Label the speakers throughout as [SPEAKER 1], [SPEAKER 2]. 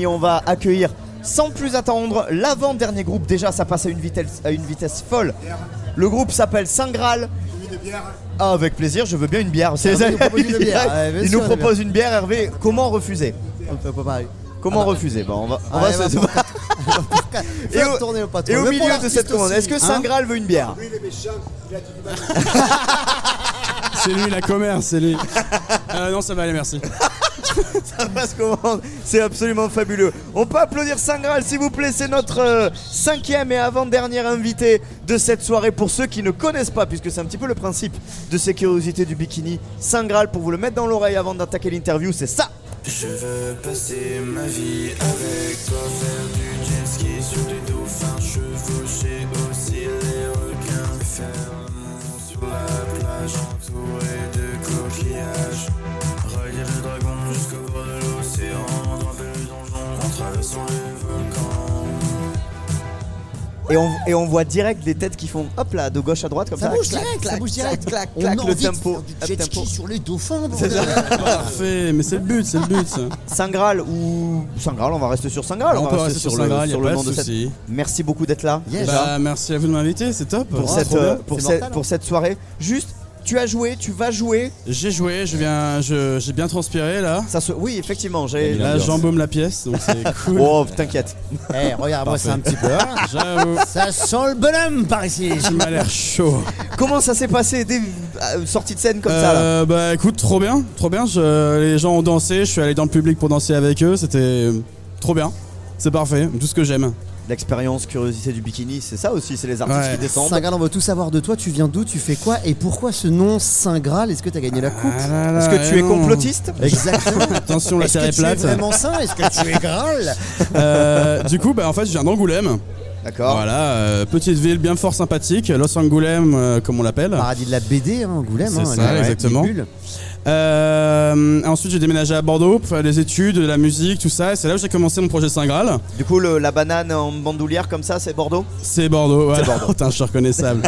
[SPEAKER 1] Et on va accueillir sans plus attendre l'avant-dernier groupe. Déjà, ça passe à une vitesse, à une vitesse folle. Le groupe s'appelle Saint Graal. Ah, avec plaisir, je veux bien une bière. C'est-
[SPEAKER 2] Hervé nous propose une bière. Ouais, bien
[SPEAKER 1] Il
[SPEAKER 2] sûr,
[SPEAKER 1] nous
[SPEAKER 2] la bière.
[SPEAKER 1] propose une bière, Hervé. Comment refuser
[SPEAKER 2] On peut pas parler.
[SPEAKER 1] Comment refuser Bon, on va, on va
[SPEAKER 2] Allez,
[SPEAKER 1] se-
[SPEAKER 2] bah, va pour
[SPEAKER 1] Et au,
[SPEAKER 2] Faire tourner le patron.
[SPEAKER 1] et au
[SPEAKER 2] Mais pour
[SPEAKER 1] milieu de
[SPEAKER 2] l'artiste
[SPEAKER 1] cette tournée,
[SPEAKER 2] aussi,
[SPEAKER 1] est-ce que Saint
[SPEAKER 2] hein
[SPEAKER 1] Graal veut une bière
[SPEAKER 3] C'est lui, la commerce, c'est lui. Euh, non, ça va aller, merci.
[SPEAKER 1] Parce qu'on- c'est absolument fabuleux. On peut applaudir Saint Graal, s'il vous plaît. C'est notre euh, cinquième et avant-dernière invité de cette soirée. Pour ceux qui ne connaissent pas, puisque c'est un petit peu le principe de ces curiosités du bikini, Saint Graal, pour vous le mettre dans l'oreille avant d'attaquer l'interview, c'est ça.
[SPEAKER 4] Je veux passer ma vie avec toi, faire du jet ski sur des dauphins, chevaucher aussi les requins, faire l'amour sur la plage entouré de coquillages, relire le dragon jusqu'au bord de l'océan, grimper le donjon en traversant les volcans.
[SPEAKER 1] Et on, et on voit direct des têtes qui font hop là, de gauche à droite, comme ça.
[SPEAKER 2] Ça bouge
[SPEAKER 1] Clac,
[SPEAKER 2] direct, ça
[SPEAKER 1] clac,
[SPEAKER 2] bouge direct.
[SPEAKER 1] Clac, clac,
[SPEAKER 2] On
[SPEAKER 1] clac,
[SPEAKER 2] a
[SPEAKER 1] le
[SPEAKER 2] envie de
[SPEAKER 1] tempo.
[SPEAKER 2] faire du
[SPEAKER 1] Up
[SPEAKER 2] jet
[SPEAKER 1] tempo.
[SPEAKER 2] ski sur les dauphins, bordel.
[SPEAKER 3] Parfait, mais c'est le but, c'est le but. ça.
[SPEAKER 1] Saint Graal ou Saint Graal, on va rester sur Saint Graal.
[SPEAKER 3] On
[SPEAKER 1] va
[SPEAKER 3] peut rester sur Saint
[SPEAKER 1] le,
[SPEAKER 3] Graal, y a
[SPEAKER 1] sur le
[SPEAKER 3] pas
[SPEAKER 1] nom
[SPEAKER 3] de
[SPEAKER 1] de cette.
[SPEAKER 3] souci.
[SPEAKER 1] Merci beaucoup d'être là.
[SPEAKER 2] Yes.
[SPEAKER 3] Bah, merci à vous de m'inviter, c'est top.
[SPEAKER 1] pour,
[SPEAKER 3] Oh,
[SPEAKER 1] cette,
[SPEAKER 3] trop bien.
[SPEAKER 1] euh, pour,
[SPEAKER 2] C'est
[SPEAKER 1] cette-
[SPEAKER 2] mortel,
[SPEAKER 1] pour cette soirée. Juste, tu as joué, tu vas jouer.
[SPEAKER 3] J'ai joué, je viens, je- j'ai bien transpiré là.
[SPEAKER 1] Ça se... Oui, effectivement, j'ai.
[SPEAKER 3] Là, j'embaume la pièce, donc c'est cool.
[SPEAKER 1] Oh, t'inquiète.
[SPEAKER 2] Eh, regarde-moi ça un petit peu. hein.
[SPEAKER 3] J'avoue,
[SPEAKER 2] Ça sent le bonhomme par ici.
[SPEAKER 3] tu m'as l'air chaud.
[SPEAKER 1] Comment ça s'est passé des euh, sorties de scène comme ça là
[SPEAKER 3] Euh, bah écoute, trop bien, trop bien. Je- les gens ont dansé, je suis allé dans le public pour danser avec eux, c'était euh, trop bien. C'est parfait, tout ce que j'aime.
[SPEAKER 1] L'expérience, curiosité du bikini, c'est ça aussi, c'est les artistes
[SPEAKER 3] Ouais.
[SPEAKER 1] qui descendent.
[SPEAKER 2] Saint Graal, on veut tout savoir de toi. Tu viens d'où Tu fais quoi Et pourquoi ce nom Saint Graal Est-ce que t'as gagné la coupe
[SPEAKER 3] Ah là là,
[SPEAKER 1] Est-ce que tu
[SPEAKER 3] eh
[SPEAKER 1] es
[SPEAKER 3] non.
[SPEAKER 1] complotiste
[SPEAKER 2] Exactement.
[SPEAKER 3] Attention, la
[SPEAKER 2] Est-ce
[SPEAKER 3] terre
[SPEAKER 2] que
[SPEAKER 3] est
[SPEAKER 2] tu es
[SPEAKER 3] plate.
[SPEAKER 2] vraiment saint Est-ce que tu es Graal
[SPEAKER 3] Euh, du coup, bah en fait, je viens d'Angoulême.
[SPEAKER 1] D'accord.
[SPEAKER 3] Voilà, euh, petite ville bien fort sympathique, Los Angoulême, euh, comme on l'appelle.
[SPEAKER 2] Paradis de la BD, hein, Angoulême.
[SPEAKER 3] C'est
[SPEAKER 2] hein,
[SPEAKER 3] ça,
[SPEAKER 2] les-
[SPEAKER 3] exactement.
[SPEAKER 2] les bulles.
[SPEAKER 3] Euh, ensuite, j'ai déménagé à Bordeaux pour faire des études, de la musique, tout ça. Et c'est là où j'ai commencé mon projet Saint Graal.
[SPEAKER 1] Du coup, le- la banane en bandoulière comme ça, c'est Bordeaux
[SPEAKER 3] C'est Bordeaux, ouais. Putain, je suis reconnaissable.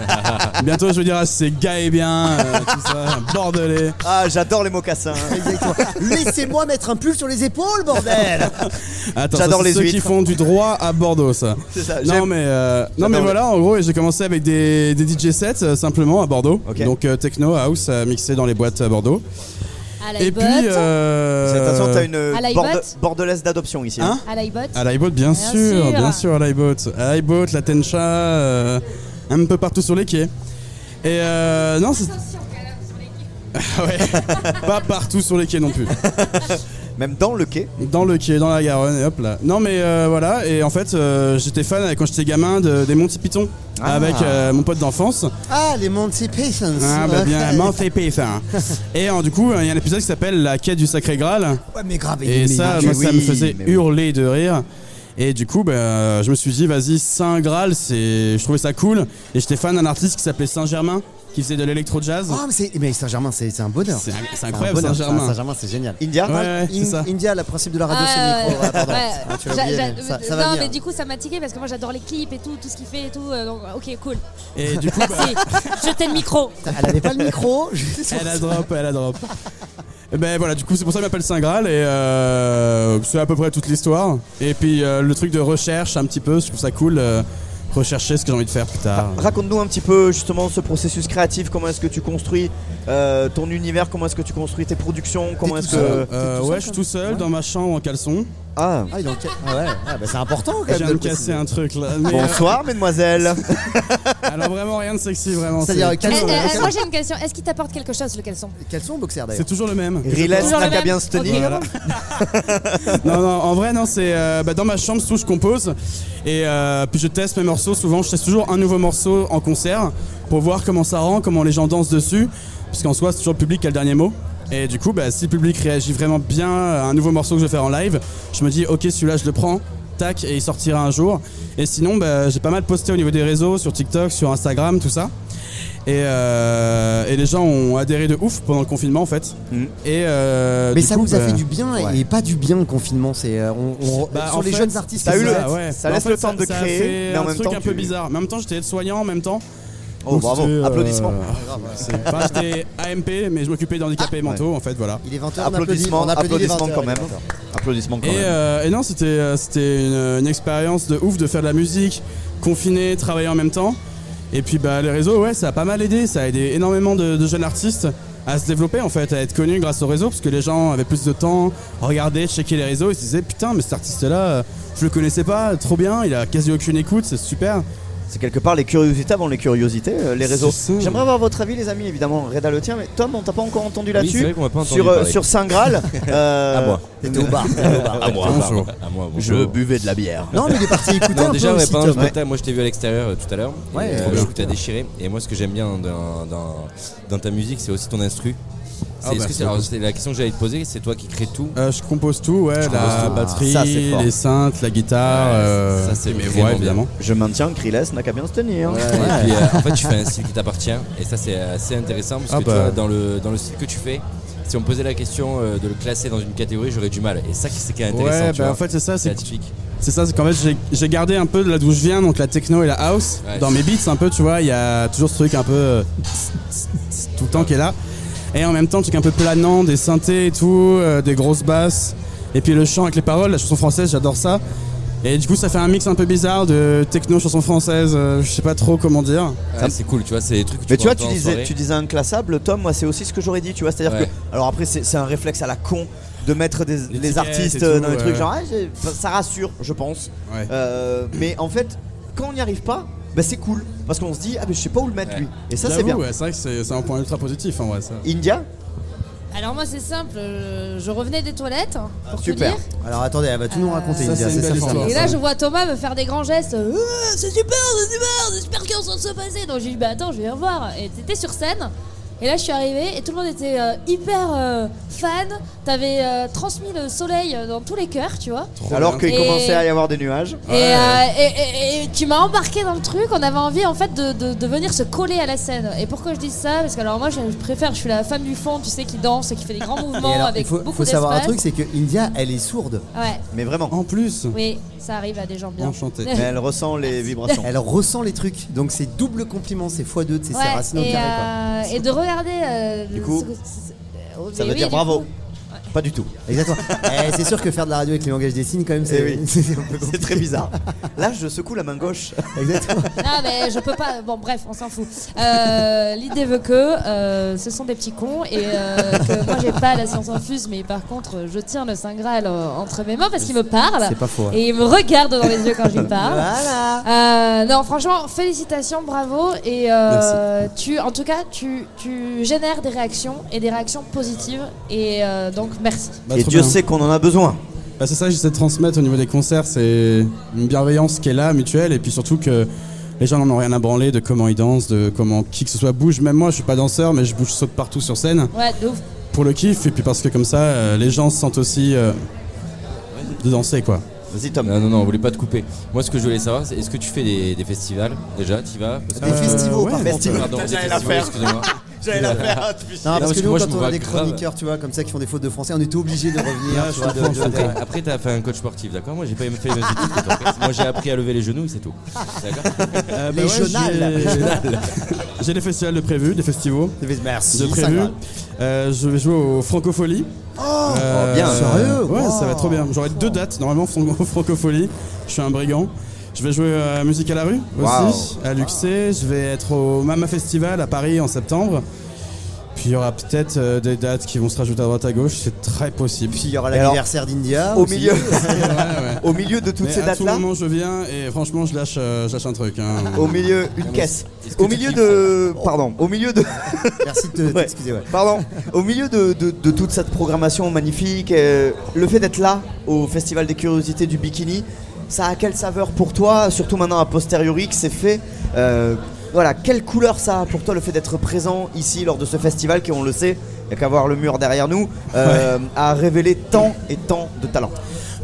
[SPEAKER 3] Bientôt, je vous dirai si c'est gars et bien, euh, tout ça, bordelais.
[SPEAKER 1] Ah, j'adore les mocassins. hein.
[SPEAKER 2] Exactement. Laissez-moi mettre un pull sur les épaules, bordel
[SPEAKER 3] Attends,
[SPEAKER 1] J'adore
[SPEAKER 3] ça, c'est
[SPEAKER 1] les
[SPEAKER 3] ceux qui
[SPEAKER 1] huîtres.
[SPEAKER 3] font du droit à Bordeaux, ça.
[SPEAKER 1] C'est ça, j'aime.
[SPEAKER 3] non mais, euh, non mais
[SPEAKER 1] J'adore
[SPEAKER 3] voilà, en gros, et j'ai commencé avec des, des DJ sets euh, simplement à Bordeaux.
[SPEAKER 1] Ok.
[SPEAKER 3] Donc euh, techno, house, euh, mixé dans les boîtes à Bordeaux.
[SPEAKER 5] À
[SPEAKER 3] et
[SPEAKER 5] l'iBot.
[SPEAKER 3] puis, euh,
[SPEAKER 1] Attention, t'as une
[SPEAKER 5] à la
[SPEAKER 1] borde-
[SPEAKER 5] Ibot
[SPEAKER 1] bordelaise d'adoption ici.
[SPEAKER 3] Hein
[SPEAKER 5] À l'iBot.
[SPEAKER 3] à l'iBoat, bien,
[SPEAKER 5] Bien
[SPEAKER 3] sûr,
[SPEAKER 5] sûr.
[SPEAKER 3] bien sûr, à l'iBoat, à l'iBoat, la Tencha, euh, un peu partout sur les quais. Et euh, non, c'est Ah ouais, pas partout sur les quais non plus.
[SPEAKER 1] Même dans le quai.
[SPEAKER 3] Dans le quai, dans la Garonne, et hop là. Non mais euh, voilà, et en fait euh, j'étais fan euh, quand j'étais gamin de, des Monty Python
[SPEAKER 1] Ah.
[SPEAKER 3] avec euh, mon pote d'enfance.
[SPEAKER 2] Ah, les Monty Python
[SPEAKER 3] Ah bah bien, Monty Python. Et euh, du coup il y a un épisode qui s'appelle La quête du sacré Graal.
[SPEAKER 2] Ouais, mais grave,
[SPEAKER 3] Et
[SPEAKER 2] mais-
[SPEAKER 3] ça,
[SPEAKER 2] mais-
[SPEAKER 3] moi,
[SPEAKER 1] oui,
[SPEAKER 3] ça me faisait
[SPEAKER 1] mais oui.
[SPEAKER 3] hurler de rire. Et du coup, bah, je me suis dit, vas-y, Saint Graal, c'est... je trouvais ça cool. Et j'étais fan d'un artiste qui s'appelait Saint Germain, qui faisait de l'électro-jazz.
[SPEAKER 2] Ah, mais, c'est- mais Saint-Germain, c'est c'est un bonheur.
[SPEAKER 3] c'est, c'est
[SPEAKER 2] un
[SPEAKER 3] incroyable,
[SPEAKER 2] bonheur.
[SPEAKER 3] Saint Germain.
[SPEAKER 2] Saint-Germain, c'est génial.
[SPEAKER 1] India
[SPEAKER 3] Ouais, ouais, c'est
[SPEAKER 2] In-
[SPEAKER 3] ça.
[SPEAKER 2] India, le principe de la radio,
[SPEAKER 5] Ah,
[SPEAKER 2] c'est le micro.
[SPEAKER 5] ouais,
[SPEAKER 2] Voilà, pardon.
[SPEAKER 5] ouais.
[SPEAKER 2] Ah, tu l'as
[SPEAKER 5] J'a-
[SPEAKER 2] oublié,
[SPEAKER 5] j'a-
[SPEAKER 2] mais ça,
[SPEAKER 5] euh,
[SPEAKER 2] ça
[SPEAKER 5] non,
[SPEAKER 2] va
[SPEAKER 5] mais
[SPEAKER 2] venir.
[SPEAKER 5] du coup, ça m'a tiqué parce que moi j'adore les clips et tout, tout ce qu'il fait et tout. euh, donc, ok, cool.
[SPEAKER 3] Et du coup, bah,
[SPEAKER 5] Si, jetez le micro.
[SPEAKER 2] Elle avait pas le micro. je-
[SPEAKER 3] elle a drop, elle a drop. Et ben voilà, du coup, c'est pour ça qu'il m'appelle Saint Graal. Et euh, c'est à peu près toute l'histoire. Et puis euh, le truc de recherche, un petit peu, je trouve ça cool. euh, rechercher ce que j'ai envie de faire plus tard.
[SPEAKER 1] Raconte-nous un petit peu justement ce processus créatif, comment est-ce que tu construis euh, ton univers, comment est-ce que tu construis tes productions, comment
[SPEAKER 2] T'es
[SPEAKER 1] est-ce
[SPEAKER 2] tout
[SPEAKER 1] que...
[SPEAKER 2] seul
[SPEAKER 3] Euh, ouais, je suis tout seul dans ma chambre en caleçon.
[SPEAKER 1] Ah,
[SPEAKER 2] Ah, il est en ca- ah ouais, ah, bah, c'est important quand
[SPEAKER 3] Je
[SPEAKER 2] même. de
[SPEAKER 3] viens de
[SPEAKER 2] le préciser.
[SPEAKER 3] casser un truc là. mais, euh,
[SPEAKER 1] bonsoir mesdemoiselles
[SPEAKER 3] Alors vraiment rien de sexy vraiment.
[SPEAKER 2] C'est-à-dire
[SPEAKER 3] c'est-
[SPEAKER 2] quel-
[SPEAKER 5] Eh, eh, eh,
[SPEAKER 2] quel-
[SPEAKER 5] moi j'ai une question. Est-ce qu'il t'apporte quelque chose le caleçon
[SPEAKER 2] Caleçon ou boxer d'ailleurs
[SPEAKER 3] C'est toujours le même.
[SPEAKER 2] Bah,
[SPEAKER 1] Riles
[SPEAKER 5] Toujours
[SPEAKER 1] n'a
[SPEAKER 5] le
[SPEAKER 1] qu'à
[SPEAKER 5] même.
[SPEAKER 1] bien se tenir.
[SPEAKER 5] Ok.
[SPEAKER 3] Non non en vrai non c'est euh, bah, dans ma chambre tout je compose et euh, puis je teste mes morceaux souvent je teste toujours un nouveau morceau en concert pour voir comment ça rend comment les gens dansent dessus parce qu'en soi c'est toujours le public qui a le dernier mot. Et du coup bah, si le public réagit vraiment bien à un nouveau morceau que je vais faire en live je me dis ok celui-là je le prends tac et il sortira un jour et sinon bah, j'ai pas mal posté au niveau des réseaux sur TikTok sur Instagram tout ça et, euh, et les gens ont adhéré de ouf pendant le confinement en fait
[SPEAKER 1] Mm.
[SPEAKER 3] et euh,
[SPEAKER 2] Mais
[SPEAKER 3] du
[SPEAKER 2] ça
[SPEAKER 3] coup,
[SPEAKER 2] vous a
[SPEAKER 3] bah,
[SPEAKER 2] fait du bien et-
[SPEAKER 1] ouais.
[SPEAKER 2] et pas du bien le confinement. C'est euh, on, on-
[SPEAKER 3] Bah,
[SPEAKER 2] sur
[SPEAKER 3] en
[SPEAKER 2] les
[SPEAKER 3] fait,
[SPEAKER 2] jeunes artistes.
[SPEAKER 1] t'as
[SPEAKER 2] que
[SPEAKER 1] eu
[SPEAKER 2] vous
[SPEAKER 1] le-
[SPEAKER 2] êtes,
[SPEAKER 3] ouais.
[SPEAKER 1] ça
[SPEAKER 3] Mais en
[SPEAKER 1] laisse
[SPEAKER 3] fait,
[SPEAKER 1] le temps de
[SPEAKER 3] ça a
[SPEAKER 1] créer,
[SPEAKER 3] fait
[SPEAKER 1] mais en
[SPEAKER 3] un
[SPEAKER 1] même
[SPEAKER 3] truc
[SPEAKER 1] temps,
[SPEAKER 3] un peu
[SPEAKER 1] tu-
[SPEAKER 3] bizarre. Mais en même temps, j'étais aide-soignant en même temps.
[SPEAKER 1] Oh,
[SPEAKER 3] Donc,
[SPEAKER 1] bravo,
[SPEAKER 3] c'était, euh,
[SPEAKER 1] applaudissements.
[SPEAKER 3] c'est- enfin, J'étais AMP, mais je m'occupais d'handicapés
[SPEAKER 1] Ah,
[SPEAKER 3] mentaux, en fait, voilà.
[SPEAKER 2] Il est 20h, on applaudit.
[SPEAKER 1] Applaudissements,
[SPEAKER 2] on applaudit les
[SPEAKER 1] applaudissements quand
[SPEAKER 2] 20,
[SPEAKER 1] même. Applaudissements quand
[SPEAKER 3] Et,
[SPEAKER 1] même.
[SPEAKER 3] euh, et non, c'était euh, c'était une, une expérience de ouf de faire de la musique, confiné, travailler en même temps. Et puis bah, les réseaux, ouais, ça a pas mal aidé. Ça a aidé énormément de, de jeunes artistes à se développer en fait, à être connus grâce aux réseaux, parce que les gens avaient plus de temps, regardaient, checkaient les réseaux et se disaient putain, mais cet artiste-là, euh, je le connaissais pas, trop bien, il a quasi aucune écoute, c'est super.
[SPEAKER 1] C'est quelque part les curiosités avant les curiosités, euh, les réseaux.
[SPEAKER 3] C'est ça.
[SPEAKER 1] J'aimerais avoir votre avis, les amis, évidemment. Reda le tien, mais Tom, on t'a pas encore entendu là-dessus.
[SPEAKER 6] vrai qu'on m'a pas entendu
[SPEAKER 1] sur, euh,
[SPEAKER 6] parler.
[SPEAKER 1] sur Saint Graal. euh,
[SPEAKER 6] À moi.
[SPEAKER 2] T'étais au bar. t'étais au bar.
[SPEAKER 1] À moi.
[SPEAKER 3] Bonjour.
[SPEAKER 6] À Ah bah, moi, bonjour.
[SPEAKER 1] Je buvais de la bière.
[SPEAKER 2] Non, mais il est parti écouter un
[SPEAKER 6] Non,
[SPEAKER 2] peu
[SPEAKER 6] déjà, ouais,
[SPEAKER 2] aussi,
[SPEAKER 6] pendant le
[SPEAKER 2] Tom.
[SPEAKER 6] spectacle, moi je t'ai vu à l'extérieur euh, tout à l'heure.
[SPEAKER 2] Ouais, trop
[SPEAKER 6] Et, euh,
[SPEAKER 2] bien.
[SPEAKER 6] je trouve que t'as déchiré. Et moi, ce que j'aime bien dans, dans- dans ta musique, c'est aussi ton instru. C'est-
[SPEAKER 3] Ah,
[SPEAKER 6] est-ce
[SPEAKER 3] bah,
[SPEAKER 6] que c'est-
[SPEAKER 3] c'est
[SPEAKER 6] alors, c'est la question que j'allais te poser, c'est toi qui crée tout.
[SPEAKER 3] Euh, je compose tout, ouais, la batterie,
[SPEAKER 1] Ça, c'est fort.
[SPEAKER 3] les synthés, la guitare,
[SPEAKER 6] Ouais,
[SPEAKER 3] euh,
[SPEAKER 6] ça, c'est
[SPEAKER 3] et mes
[SPEAKER 6] vraiment
[SPEAKER 3] voix
[SPEAKER 6] bien.
[SPEAKER 3] évidemment.
[SPEAKER 1] Je maintiens, Kriles n'a qu'à bien se tenir.
[SPEAKER 6] Et puis, euh, en fait, tu fais un style qui t'appartient. Et ça, c'est assez intéressant parce
[SPEAKER 3] Ah
[SPEAKER 6] que
[SPEAKER 3] bah.
[SPEAKER 6] tu vois, dans le, dans le style que tu fais, si on me posait la question euh, de le classer dans une catégorie, j'aurais du mal. Et ça, c'est qui est intéressant.
[SPEAKER 3] Ouais,
[SPEAKER 6] tu
[SPEAKER 3] bah,
[SPEAKER 6] vois.
[SPEAKER 3] en fait, c'est ça,
[SPEAKER 6] c'est
[SPEAKER 3] c'est
[SPEAKER 6] atypique.
[SPEAKER 3] C'est ça, c'est qu'en fait j'ai- j'ai gardé un peu de là d'où je viens, donc la techno et la house.
[SPEAKER 6] Ouais.
[SPEAKER 3] Dans mes beats un peu, tu vois, il y a toujours ce truc un peu euh, tss, tss, tss, tout le temps qui est là. Et en même temps, un truc un peu planant, des synthés et tout, euh, des grosses basses. Et puis le chant avec les paroles, la chanson française, j'adore ça. Et du coup, ça fait un mix un peu bizarre de techno, chanson française, euh, je sais pas trop comment dire.
[SPEAKER 6] Ouais, Ah, c'est cool, tu vois, c'est des trucs que tu
[SPEAKER 1] Mais tu vois,
[SPEAKER 6] pourras
[SPEAKER 1] tu
[SPEAKER 6] entendre en
[SPEAKER 1] disais,
[SPEAKER 6] soirée.
[SPEAKER 1] tu disais inclassable, Tom, moi c'est aussi ce que j'aurais dit, tu vois. C'est-à-dire
[SPEAKER 6] Ouais.
[SPEAKER 1] que. Alors après, c'est c'est un réflexe à la con de mettre des, les
[SPEAKER 3] tickets
[SPEAKER 1] artistes
[SPEAKER 3] et tout,
[SPEAKER 1] euh, dans les
[SPEAKER 3] ouais.
[SPEAKER 1] trucs genre, Ah, j'ai- enfin, ça rassure, je pense.
[SPEAKER 3] Ouais.
[SPEAKER 1] Euh, mais en fait, quand on n'y arrive pas, bah, c'est cool. Parce qu'on se dit, ah, mais je sais pas où le mettre
[SPEAKER 6] Ouais.
[SPEAKER 1] lui. Et ça, c'est bien.
[SPEAKER 3] Ouais, c'est vrai que c'est c'est un point ultra positif en vrai, ça.
[SPEAKER 1] India
[SPEAKER 5] Alors moi c'est simple, euh, je revenais des toilettes hein, pour tout
[SPEAKER 1] super.
[SPEAKER 5] dire.
[SPEAKER 2] Alors attendez, elle va tout nous raconter,
[SPEAKER 3] Ça,
[SPEAKER 2] India,
[SPEAKER 3] c'est une
[SPEAKER 2] c'est ça
[SPEAKER 3] belle
[SPEAKER 2] fort.
[SPEAKER 3] histoire.
[SPEAKER 5] Et là je vois Thomas me faire des grands gestes. Euh, c'est super, c'est super, c'est super qu'on s'en soit passé. Donc j'ai dit bah attends je vais revoir. Et t'étais sur scène. Et là je suis arrivée et tout le monde était euh, hyper euh, fan. T'avais euh, transmis le soleil euh, dans tous les cœurs, tu vois.
[SPEAKER 1] Alors qu'il
[SPEAKER 5] Et-
[SPEAKER 1] commençait à y avoir des nuages.
[SPEAKER 5] Et, euh, et- et- et tu m'as embarqué dans le truc, on avait envie en fait de, de- de venir se coller à la scène. Et pourquoi je dis ça Parce que alors moi je, je préfère, je suis la femme du fond, tu sais, qui danse et qui fait des grands
[SPEAKER 2] Et
[SPEAKER 5] mouvements
[SPEAKER 2] alors, il
[SPEAKER 5] avec
[SPEAKER 2] faut,
[SPEAKER 5] beaucoup
[SPEAKER 2] faut savoir un
[SPEAKER 5] d'espace.
[SPEAKER 2] truc, c'est que India, elle est sourde.
[SPEAKER 5] Ouais,
[SPEAKER 1] Mais vraiment.
[SPEAKER 3] En plus,
[SPEAKER 5] oui, ça arrive à des gens bien.
[SPEAKER 3] enchanté.
[SPEAKER 1] Mais elle ressent les vibrations.
[SPEAKER 2] Elle ressent les trucs, donc c'est double compliment, c'est x2, c'est
[SPEAKER 5] Ouais,
[SPEAKER 2] ses racines au
[SPEAKER 5] et,
[SPEAKER 2] carré. quoi.
[SPEAKER 5] euh, et de regarder. euh,
[SPEAKER 1] Du coup,
[SPEAKER 5] ce- ce- ce- euh,
[SPEAKER 1] Ça
[SPEAKER 5] mais
[SPEAKER 1] veut
[SPEAKER 5] oui,
[SPEAKER 1] dire
[SPEAKER 5] du
[SPEAKER 1] bravo.
[SPEAKER 5] coup.
[SPEAKER 1] Pas du tout.
[SPEAKER 2] Exactement. Eh, c'est sûr que faire de la radio avec les langages des signes, quand même, c'est
[SPEAKER 1] Eh oui.
[SPEAKER 2] c'est un peu
[SPEAKER 1] C'est
[SPEAKER 2] compliqué.
[SPEAKER 1] très bizarre. Là, je secoue la main gauche.
[SPEAKER 2] Exactement.
[SPEAKER 5] Non, mais je peux pas. Bon, bref, on s'en fout. Euh, L'idée veut que euh, ce sont des petits cons et euh, que moi j'ai pas la science infuse, mais par contre, je tiens le Saint Graal euh, entre mes mains parce qu'il me parle.
[SPEAKER 2] C'est pas faux, hein. ouais.
[SPEAKER 5] Et il me regarde dans les yeux quand je lui parle.
[SPEAKER 2] Voilà.
[SPEAKER 5] Euh, non, franchement, félicitations, bravo. Et euh, tu, en tout cas, tu, tu génères des réactions et des réactions positives. Et euh, donc, merci.
[SPEAKER 3] Bah,
[SPEAKER 1] Et
[SPEAKER 3] trop
[SPEAKER 1] Dieu
[SPEAKER 3] bien.
[SPEAKER 1] sait qu'on en a besoin.
[SPEAKER 3] Bah, c'est ça que j'essaie de transmettre au niveau des concerts, c'est une bienveillance qui est là, mutuelle, et puis surtout que les gens n'en ont rien à branler de comment ils dansent, de comment qui que ce soit bouge. Même moi, je suis pas danseur, mais je bouge, saute partout sur scène
[SPEAKER 5] Ouais, de ouf.
[SPEAKER 3] pour le kiff, et puis parce que comme ça, euh, les gens se sentent aussi euh, de danser, quoi.
[SPEAKER 1] Vas-y, Tom.
[SPEAKER 6] Non, non, non, on voulait pas te couper. Moi, ce que je voulais savoir, c'est est-ce que tu fais des, des festivals déjà T'y vas Parce que-
[SPEAKER 2] Des festivals,
[SPEAKER 3] ouais,
[SPEAKER 2] par contre.
[SPEAKER 1] Euh, festivals.
[SPEAKER 6] Pardon, des
[SPEAKER 1] J'allais la
[SPEAKER 6] festivals,
[SPEAKER 1] faire.
[SPEAKER 6] excusez-moi.
[SPEAKER 1] J'allais la faire.
[SPEAKER 2] Non, parce
[SPEAKER 6] parce
[SPEAKER 2] que
[SPEAKER 6] que
[SPEAKER 2] nous,
[SPEAKER 6] moi, je
[SPEAKER 2] quand
[SPEAKER 6] me
[SPEAKER 2] on a
[SPEAKER 6] vois
[SPEAKER 2] des
[SPEAKER 6] grave.
[SPEAKER 2] chroniqueurs, tu vois, comme ça, qui font des fautes de français, on est obligé de revenir. tu vois, de- de- de-
[SPEAKER 6] Après, après, t'as fait un coach sportif, d'accord Moi, j'ai pas fait mes études. d'accord Moi, j'ai appris à lever les genoux, c'est tout. D'accord
[SPEAKER 3] Euh,
[SPEAKER 2] bah ouais, Régional. j'ai-
[SPEAKER 3] J'ai des festivals de prévu, des festivals
[SPEAKER 2] de- Merci.
[SPEAKER 3] de prévu.
[SPEAKER 2] Saint-Graal.
[SPEAKER 3] Euh, je vais jouer au Francofolie.
[SPEAKER 2] Oh,
[SPEAKER 3] Euh,
[SPEAKER 1] bien.
[SPEAKER 2] Sérieux
[SPEAKER 3] Ouais,
[SPEAKER 2] Wow.
[SPEAKER 3] ça va être trop bien. J'aurai deux dates, normalement, fran- au Francofolie. Je suis un brigand. Je vais jouer à Musique à la rue aussi, à Luxé. Je vais être au Mama Festival à Paris en septembre. Puis il y aura peut-être euh, des dates qui vont se rajouter à droite à gauche, c'est très possible.
[SPEAKER 2] Puis il y aura
[SPEAKER 1] Et alors,
[SPEAKER 2] l'anniversaire d'India.
[SPEAKER 1] Au
[SPEAKER 2] aussi.
[SPEAKER 1] milieu,
[SPEAKER 3] Ouais, ouais.
[SPEAKER 1] au milieu de toutes
[SPEAKER 3] Mais
[SPEAKER 1] ces
[SPEAKER 3] à tout
[SPEAKER 1] dates-là,
[SPEAKER 3] moment, je viens et franchement, je lâche, euh, je lâche un truc. hein.
[SPEAKER 1] au milieu, une caisse.
[SPEAKER 6] Est-ce que
[SPEAKER 1] Au
[SPEAKER 6] tu
[SPEAKER 1] milieu
[SPEAKER 6] kiffes
[SPEAKER 1] de. Pardon. Au milieu de.
[SPEAKER 2] Merci de te-
[SPEAKER 1] Ouais.
[SPEAKER 2] t'excuser, ouais.
[SPEAKER 1] Pardon. Au milieu de, de- de toute cette programmation magnifique, euh, le fait d'être là au Festival des Curiosités du Bikini, ça a quelle saveur pour toi Surtout maintenant a posteriori que c'est fait. euh, voilà, quelle couleur ça a pour toi le fait d'être présent ici lors de ce festival qui, on le sait, il n'y a qu'à voir le mur derrière nous, euh, a révélé tant et tant de talents.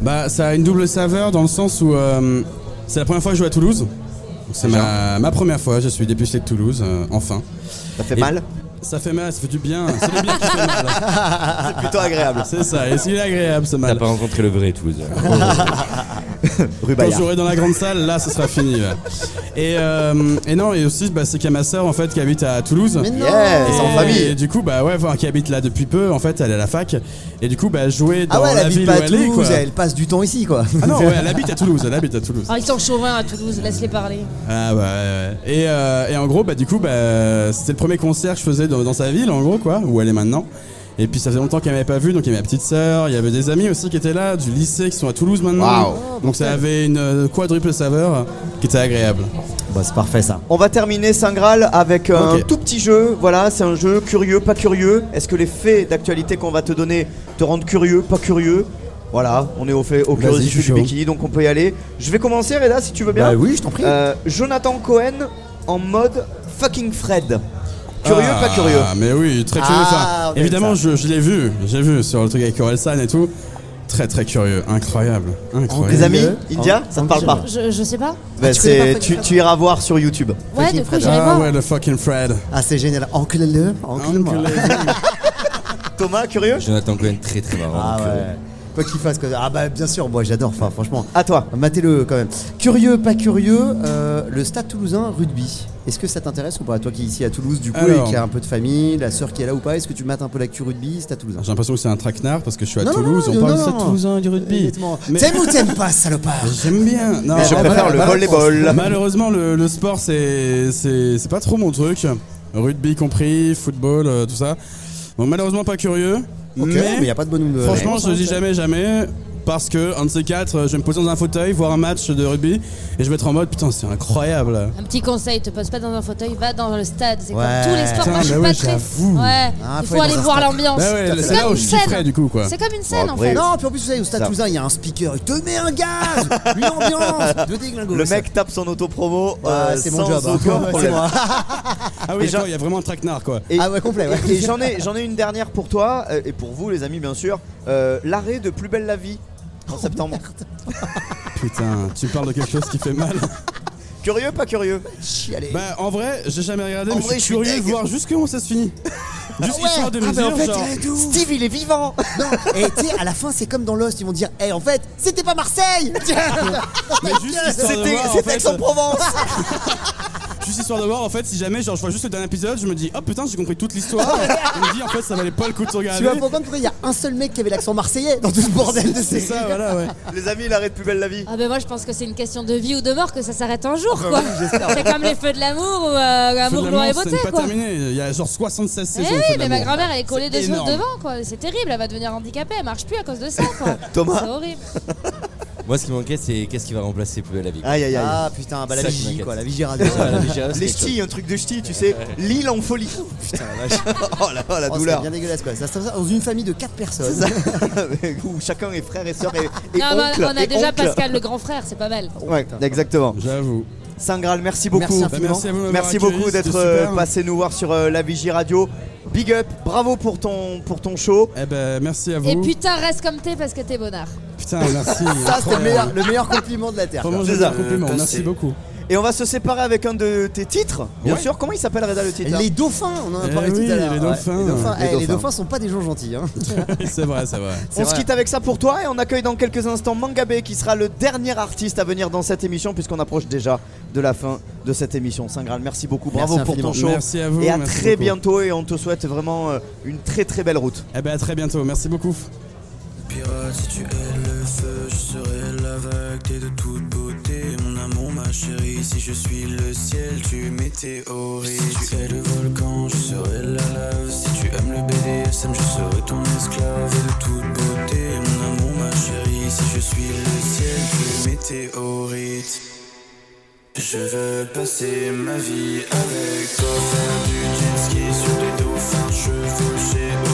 [SPEAKER 3] Bah, ça a une double saveur dans le sens où euh, c'est la première fois que je joue à Toulouse. C'est ma, ma première fois, je suis dépucelé de Toulouse, euh, enfin.
[SPEAKER 1] Ça fait
[SPEAKER 3] Et-
[SPEAKER 1] mal
[SPEAKER 3] Ça fait mal, ça fait du bien. C'est le bien qui fait mal.
[SPEAKER 1] C'est plutôt agréable.
[SPEAKER 3] C'est ça, et c'est agréable ce
[SPEAKER 6] T'as
[SPEAKER 3] mal.
[SPEAKER 6] pas rencontré le vrai Toulouse.
[SPEAKER 2] Ah.
[SPEAKER 3] Quand
[SPEAKER 1] Rubaillard.
[SPEAKER 3] j'aurai dans la grande salle, là, ce sera fini. ouais. Et, euh, et non, et aussi, bah, c'est qu'il y a ma soeur en fait qui habite à Toulouse.
[SPEAKER 2] Mais non
[SPEAKER 1] Yes,
[SPEAKER 3] Et
[SPEAKER 1] en famille.
[SPEAKER 3] du coup, bah ouais, enfin, qui habite là depuis peu, en fait, elle est à la fac. Et du coup, bah, jouer dans
[SPEAKER 2] Ah ouais, elle
[SPEAKER 3] la
[SPEAKER 2] habite
[SPEAKER 3] ville
[SPEAKER 2] pas
[SPEAKER 3] où
[SPEAKER 2] à
[SPEAKER 3] elle est, quoi.
[SPEAKER 2] Toulouse, elle passe du temps ici quoi.
[SPEAKER 3] Ah non, ouais, elle habite à Toulouse, elle habite à Toulouse.
[SPEAKER 5] Ah, ils sont chauvins à Toulouse, laisse-les parler.
[SPEAKER 3] Ah bah ouais, ouais. Et, euh, et en gros, bah du coup, bah, c'était le premier concert que je faisais dans, dans sa ville, en gros, quoi, où elle est maintenant. Et puis ça faisait longtemps qu'elle m'avait pas vu, donc il y avait ma petite sœur, il y avait des amis aussi qui étaient là, du lycée, qui sont à Toulouse maintenant. Donc ça avait une euh, quadruple saveur euh, qui était agréable.
[SPEAKER 2] Bah c'est parfait ça.
[SPEAKER 1] On va terminer Saint Graal avec un
[SPEAKER 3] Ok.
[SPEAKER 1] tout petit jeu. Voilà, c'est un jeu curieux, pas curieux. Est-ce que les faits d'actualité qu'on va te donner te rendent curieux, pas curieux Voilà, on est au fait au
[SPEAKER 2] Vas-y, je suis
[SPEAKER 1] curiosité du
[SPEAKER 2] chaud.
[SPEAKER 1] bikini, donc on peut y aller. Je vais commencer, Reda, si tu veux bien.
[SPEAKER 2] Bah oui, je t'en prie.
[SPEAKER 1] Euh, Jonathan Cohen en mode fucking Fred. Curieux,
[SPEAKER 3] Ah,
[SPEAKER 1] pas curieux
[SPEAKER 2] bah,
[SPEAKER 3] Mais oui, très curieux.
[SPEAKER 2] Ah,
[SPEAKER 3] Enfin,
[SPEAKER 2] on aime
[SPEAKER 3] évidemment, je, je l'ai vu, j'ai vu sur le truc avec Orelsan et tout. Très très curieux, incroable, incroyable.
[SPEAKER 1] Les amis,
[SPEAKER 2] Euh,
[SPEAKER 1] India,
[SPEAKER 2] en-
[SPEAKER 1] ça ne
[SPEAKER 2] en-
[SPEAKER 1] parle pas.
[SPEAKER 5] Je, je sais pas.
[SPEAKER 1] Bah,
[SPEAKER 2] tu connais
[SPEAKER 1] c'est-
[SPEAKER 2] pas fucking
[SPEAKER 1] tu,
[SPEAKER 2] Fred
[SPEAKER 1] tu iras voir sur YouTube.
[SPEAKER 5] Ouais,
[SPEAKER 2] Fucking
[SPEAKER 5] du coup,
[SPEAKER 2] Fred.
[SPEAKER 5] j'irai
[SPEAKER 3] Ah
[SPEAKER 5] voir.
[SPEAKER 3] ouais, le fucking Fred.
[SPEAKER 2] Ah c'est génial. Enculez-le, enculez-moi.
[SPEAKER 1] Thomas, curieux
[SPEAKER 6] Jonathan Cohen, très très marrant.
[SPEAKER 2] Ah
[SPEAKER 6] donc, euh,
[SPEAKER 2] ouais. Quoi qu'il fasse, quoi. Ah bah bien sûr, moi j'adore, enfin franchement.
[SPEAKER 1] À toi.
[SPEAKER 2] Matez-le quand même. Curieux, pas curieux, euh, le stade toulousain rugby. Est-ce que ça t'intéresse ou pas Toi qui es ici à Toulouse du coup
[SPEAKER 3] Alors.
[SPEAKER 2] et qui a un peu de famille, la sœur qui est là ou pas, est-ce que tu mates un peu l'actu rugby, stade toulousain
[SPEAKER 3] J'ai l'impression que c'est un traquenard parce que je suis à
[SPEAKER 2] Non, non,
[SPEAKER 3] Toulouse,
[SPEAKER 2] non,
[SPEAKER 3] on parle
[SPEAKER 2] non,
[SPEAKER 3] de ça
[SPEAKER 2] non.
[SPEAKER 3] toulousain et du rugby.
[SPEAKER 2] Honnêtement.
[SPEAKER 3] Mais-
[SPEAKER 2] T'aimes ou t'aimes pas, salopard
[SPEAKER 3] J'aime bien. Non,
[SPEAKER 1] Je
[SPEAKER 2] bah,
[SPEAKER 1] préfère
[SPEAKER 2] voilà,
[SPEAKER 1] le
[SPEAKER 2] bah,
[SPEAKER 1] volleyball.
[SPEAKER 3] Malheureusement, le, le sport, c'est, c'est, c'est pas trop mon truc. Rugby compris, football, euh, tout ça. Donc malheureusement, pas curieux.
[SPEAKER 2] Ok,
[SPEAKER 3] mais
[SPEAKER 2] mais y a pas de bonne humeur.
[SPEAKER 3] franchement, je dis jamais, jamais. Parce que, un de ces quatre, euh, je vais me poser dans un fauteuil, voir un match de rugby, et je vais être en mode putain, c'est incroyable.
[SPEAKER 5] Un petit conseil, te pose pas dans un fauteuil, va dans le stade. C'est
[SPEAKER 2] Ouais.
[SPEAKER 5] comme tous les sports.
[SPEAKER 3] Putain,
[SPEAKER 5] Moi, je suis
[SPEAKER 3] bah
[SPEAKER 5] pas
[SPEAKER 3] ouais,
[SPEAKER 5] très.
[SPEAKER 3] j'avoue.
[SPEAKER 5] Ouais,
[SPEAKER 2] Ah,
[SPEAKER 5] il
[SPEAKER 2] faut
[SPEAKER 5] faut,
[SPEAKER 2] aller
[SPEAKER 5] aller
[SPEAKER 2] dans un
[SPEAKER 5] voir
[SPEAKER 2] stade.
[SPEAKER 5] l'ambiance.
[SPEAKER 3] Bah ouais,
[SPEAKER 5] c'est
[SPEAKER 3] c'est là où
[SPEAKER 5] comme une
[SPEAKER 3] je kifferais
[SPEAKER 5] scène.
[SPEAKER 3] du coup, quoi.
[SPEAKER 5] C'est comme une scène
[SPEAKER 1] Bon,
[SPEAKER 5] en
[SPEAKER 1] après,
[SPEAKER 5] fait.
[SPEAKER 2] Non, puis en plus, vous savez, au stade
[SPEAKER 1] Ça-
[SPEAKER 2] toulousain, il y a un speaker, il te met un gaz, une ambiance, deux déglingos.
[SPEAKER 1] Le
[SPEAKER 2] ça.
[SPEAKER 1] mec tape son autopromo
[SPEAKER 2] Ah,
[SPEAKER 1] euh,
[SPEAKER 2] c'est
[SPEAKER 1] sans
[SPEAKER 2] mon job. hein.
[SPEAKER 1] aucun
[SPEAKER 2] Ouais, c'est
[SPEAKER 1] problème.
[SPEAKER 2] moi.
[SPEAKER 3] Ah oui, d'accord, il y a vraiment un traquenard, quoi.
[SPEAKER 1] Et-
[SPEAKER 2] Ah ouais, complet, ouais.
[SPEAKER 1] Et, et j'en ai, j'en ai une dernière pour toi euh, et pour vous, les amis, bien sûr. Euh, L'arrêt de Plus belle la vie en septembre.
[SPEAKER 3] Putain, tu parles de quelque chose qui fait mal.
[SPEAKER 1] Curieux, pas curieux
[SPEAKER 2] Chialer.
[SPEAKER 3] Bah, en vrai, j'ai jamais regardé,
[SPEAKER 1] En
[SPEAKER 3] mais
[SPEAKER 1] vrai,
[SPEAKER 3] je
[SPEAKER 1] je suis
[SPEAKER 3] suis curieux de
[SPEAKER 1] deg.
[SPEAKER 3] voir juste comment ça se finit. Juste histoire de me
[SPEAKER 2] ah, bah,
[SPEAKER 3] dire,
[SPEAKER 2] en fait,
[SPEAKER 3] genre,
[SPEAKER 2] il y a tout.
[SPEAKER 1] Steve, il est vivant
[SPEAKER 2] Non, et tu sais, à la fin, c'est comme dans Lost, ils vont dire, Eh en fait, c'était pas Marseille
[SPEAKER 3] mais juste histoire de
[SPEAKER 1] C'était
[SPEAKER 3] voir, en
[SPEAKER 1] c'était
[SPEAKER 3] fait,
[SPEAKER 1] Aix-en-Provence
[SPEAKER 3] Juste histoire de voir en fait si jamais genre je vois juste le dernier épisode je me dis oh putain j'ai compris toute l'histoire je me dis en fait ça valait pas le coup de se
[SPEAKER 2] Tu
[SPEAKER 3] regarder
[SPEAKER 2] vas comprendre pourquoi il y a un seul mec qui avait l'accent marseillais dans tout ce bordel de
[SPEAKER 3] c'est
[SPEAKER 2] série.
[SPEAKER 3] ça voilà ouais
[SPEAKER 1] Les amis, l'arrêt de Plus belle la vie.
[SPEAKER 5] Ah ben moi je pense que c'est une question de vie ou de mort que ça s'arrête un jour quoi.
[SPEAKER 2] oui, j'espère.
[SPEAKER 5] C'est comme les feux de l'amour ou euh, amour
[SPEAKER 3] Finalement,
[SPEAKER 5] gloire et
[SPEAKER 3] ça
[SPEAKER 5] beauté
[SPEAKER 3] n'est pas
[SPEAKER 5] quoi.
[SPEAKER 3] terminé il y a genre 76
[SPEAKER 5] Eh
[SPEAKER 3] saisons
[SPEAKER 5] oui,
[SPEAKER 3] c'est de
[SPEAKER 5] mais ma
[SPEAKER 3] l'amour.
[SPEAKER 5] grand-mère elle est collée
[SPEAKER 3] C'est
[SPEAKER 5] des choses
[SPEAKER 3] énorme.
[SPEAKER 5] devant quoi. C'est terrible, elle va devenir handicapée, elle marche plus à cause de ça quoi.
[SPEAKER 1] Thomas.
[SPEAKER 5] C'est horrible.
[SPEAKER 6] Moi, ce qui manquait, c'est qu'est-ce qui va remplacer Plus belle la vie.
[SPEAKER 1] Aïe, aïe, aïe.
[SPEAKER 2] Ah putain, bah la
[SPEAKER 6] Ça, je
[SPEAKER 2] vigie
[SPEAKER 6] m'inquiète.
[SPEAKER 2] quoi, la vigie radio. Oh,
[SPEAKER 6] Ouais, la vie, j'ai- c'est
[SPEAKER 1] les
[SPEAKER 6] quelque chose.
[SPEAKER 1] ch'tis, un truc de ch'ti, tu sais. L'île en folie.
[SPEAKER 2] Putain, la vache.
[SPEAKER 1] Oh la, oh, la
[SPEAKER 2] Oh, c'est
[SPEAKER 1] douleur.
[SPEAKER 2] bien dégueulasse quoi. Ça se passe dans une famille de 4 personnes.
[SPEAKER 1] Où chacun est frère et sœur et, et
[SPEAKER 5] Non, bah,
[SPEAKER 1] oncle.
[SPEAKER 5] on a
[SPEAKER 1] et
[SPEAKER 5] déjà
[SPEAKER 1] oncle.
[SPEAKER 5] Pascal le grand frère, c'est pas mal.
[SPEAKER 1] Ouais, exactement.
[SPEAKER 3] j'avoue
[SPEAKER 1] Saint Graal, merci beaucoup.
[SPEAKER 2] Merci
[SPEAKER 3] Bah, merci à vous de m'avoir
[SPEAKER 1] Merci
[SPEAKER 3] accueilli,
[SPEAKER 1] beaucoup
[SPEAKER 3] c'était
[SPEAKER 1] d'être euh,
[SPEAKER 3] super.
[SPEAKER 1] passé nous voir sur euh, la Vigie Radio. Big up, bravo pour ton, pour ton show.
[SPEAKER 3] eh ben merci à vous
[SPEAKER 5] Et putain, reste comme t'es parce que t'es bonnard.
[SPEAKER 3] putain merci
[SPEAKER 2] Ça, c'était le
[SPEAKER 3] incroyable.
[SPEAKER 2] meilleur, le meilleur compliment de la Terre.
[SPEAKER 3] vraiment
[SPEAKER 2] quoi.
[SPEAKER 3] j'ai
[SPEAKER 1] C'est ça.
[SPEAKER 3] un compliment
[SPEAKER 4] Euh,
[SPEAKER 3] merci
[SPEAKER 4] passé.
[SPEAKER 3] beaucoup
[SPEAKER 1] Et on va se séparer avec un de tes titres, bien
[SPEAKER 3] Ouais.
[SPEAKER 1] sûr. Comment il s'appelle Reda le titre
[SPEAKER 2] Les dauphins, on en a
[SPEAKER 3] Eh
[SPEAKER 2] parlé
[SPEAKER 3] oui,
[SPEAKER 2] tout à l'heure.
[SPEAKER 3] les dauphins.
[SPEAKER 2] les, dauphins.
[SPEAKER 1] Les
[SPEAKER 2] eh, les
[SPEAKER 1] dauphins.
[SPEAKER 2] dauphins sont pas des gens gentils. Hein.
[SPEAKER 3] c'est vrai c'est vrai
[SPEAKER 1] On
[SPEAKER 2] C'est
[SPEAKER 1] se
[SPEAKER 2] vrai.
[SPEAKER 1] quitte avec ça pour toi et on accueille dans quelques instants Mangabe qui sera le dernier artiste à venir dans cette émission puisqu'on approche déjà de la fin de cette émission. Saint Graal, merci beaucoup, bravo
[SPEAKER 2] Merci
[SPEAKER 1] pour ton
[SPEAKER 2] infiniment.
[SPEAKER 1] show.
[SPEAKER 3] merci à vous
[SPEAKER 1] et à
[SPEAKER 3] merci
[SPEAKER 1] très
[SPEAKER 3] beaucoup.
[SPEAKER 1] bientôt et on te souhaite vraiment euh, une très très belle route.
[SPEAKER 3] eh ben à très bientôt merci beaucoup
[SPEAKER 4] Pirate, si tu es le feu, je serai la vague, t'es de toute beauté, mon amour, ma chérie. Si je suis le ciel, tu météorites. Si tu es le volcan, je serai la lave. Si tu aimes le BDSM, je serai ton esclave. Et de toute beauté, mon amour, ma chérie. Si je suis le ciel, tu météorites. Je veux passer ma vie avec toi, faire du jet ski sur des dauphins, chevaucher